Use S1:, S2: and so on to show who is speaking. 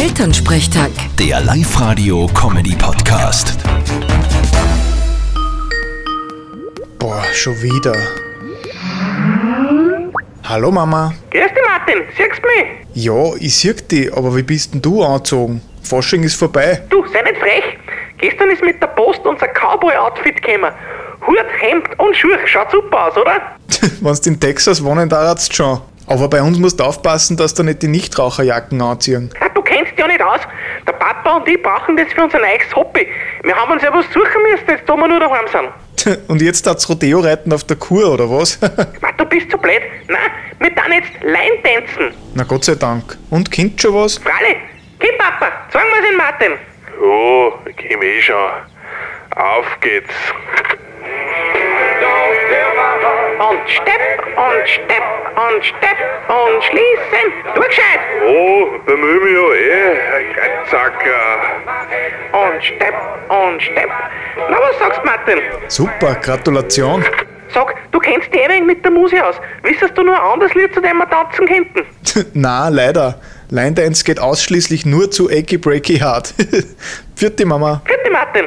S1: Elternsprechtag.
S2: Der Live-Radio-Comedy-Podcast.
S3: Boah, schon wieder. Hallo Mama.
S4: Grüß dich, Martin. Siehst du mich?
S3: Ja, ich sieg dich, aber wie bist denn du angezogen? Fasching ist vorbei.
S4: Du, sei nicht frech. Gestern ist mit der Post unser Cowboy-Outfit gekommen. Hut, Hemd und Schuhe. Schaut super aus, oder?
S3: Wenn's in Texas wohnen, da rat's schon. Aber bei uns musst du aufpassen, dass da nicht die Nichtraucherjacken anziehen.
S4: Ah, Du kennst ja nicht aus. Der Papa und ich brauchen das für unser neues Hobby. Wir haben uns ja was suchen müssen, jetzt da wir nur daheim sind.
S3: Und jetzt hat's Rodeo reiten auf der Kur, oder was?
S4: Ma, du bist so blöd. Nein, wir dann jetzt Line tanzen.
S3: Na Gott sei Dank. Und Kind schon was?
S4: Frale, geh Papa, zwang wir's in Martin.
S5: Oh, komm eh schon. Auf geht's.
S4: Und stepp, und stepp, und stepp, und schließen. Du gescheit.
S5: Oh, bemühe mich ja eh, Herr Kreuzsacker.
S4: Und stepp, und stepp. Na, was sagst du, Martin?
S3: Super, Gratulation.
S4: Sag, du kennst dich eh wenig mit der Musik aus. Wissest du nur ein anderes Lied, zu dem wir tanzen könnten?
S3: Na, leider. Line Dance geht ausschließlich nur zu Eggy Breaky Hard. Vierte Mama.
S4: Bitte, Martin.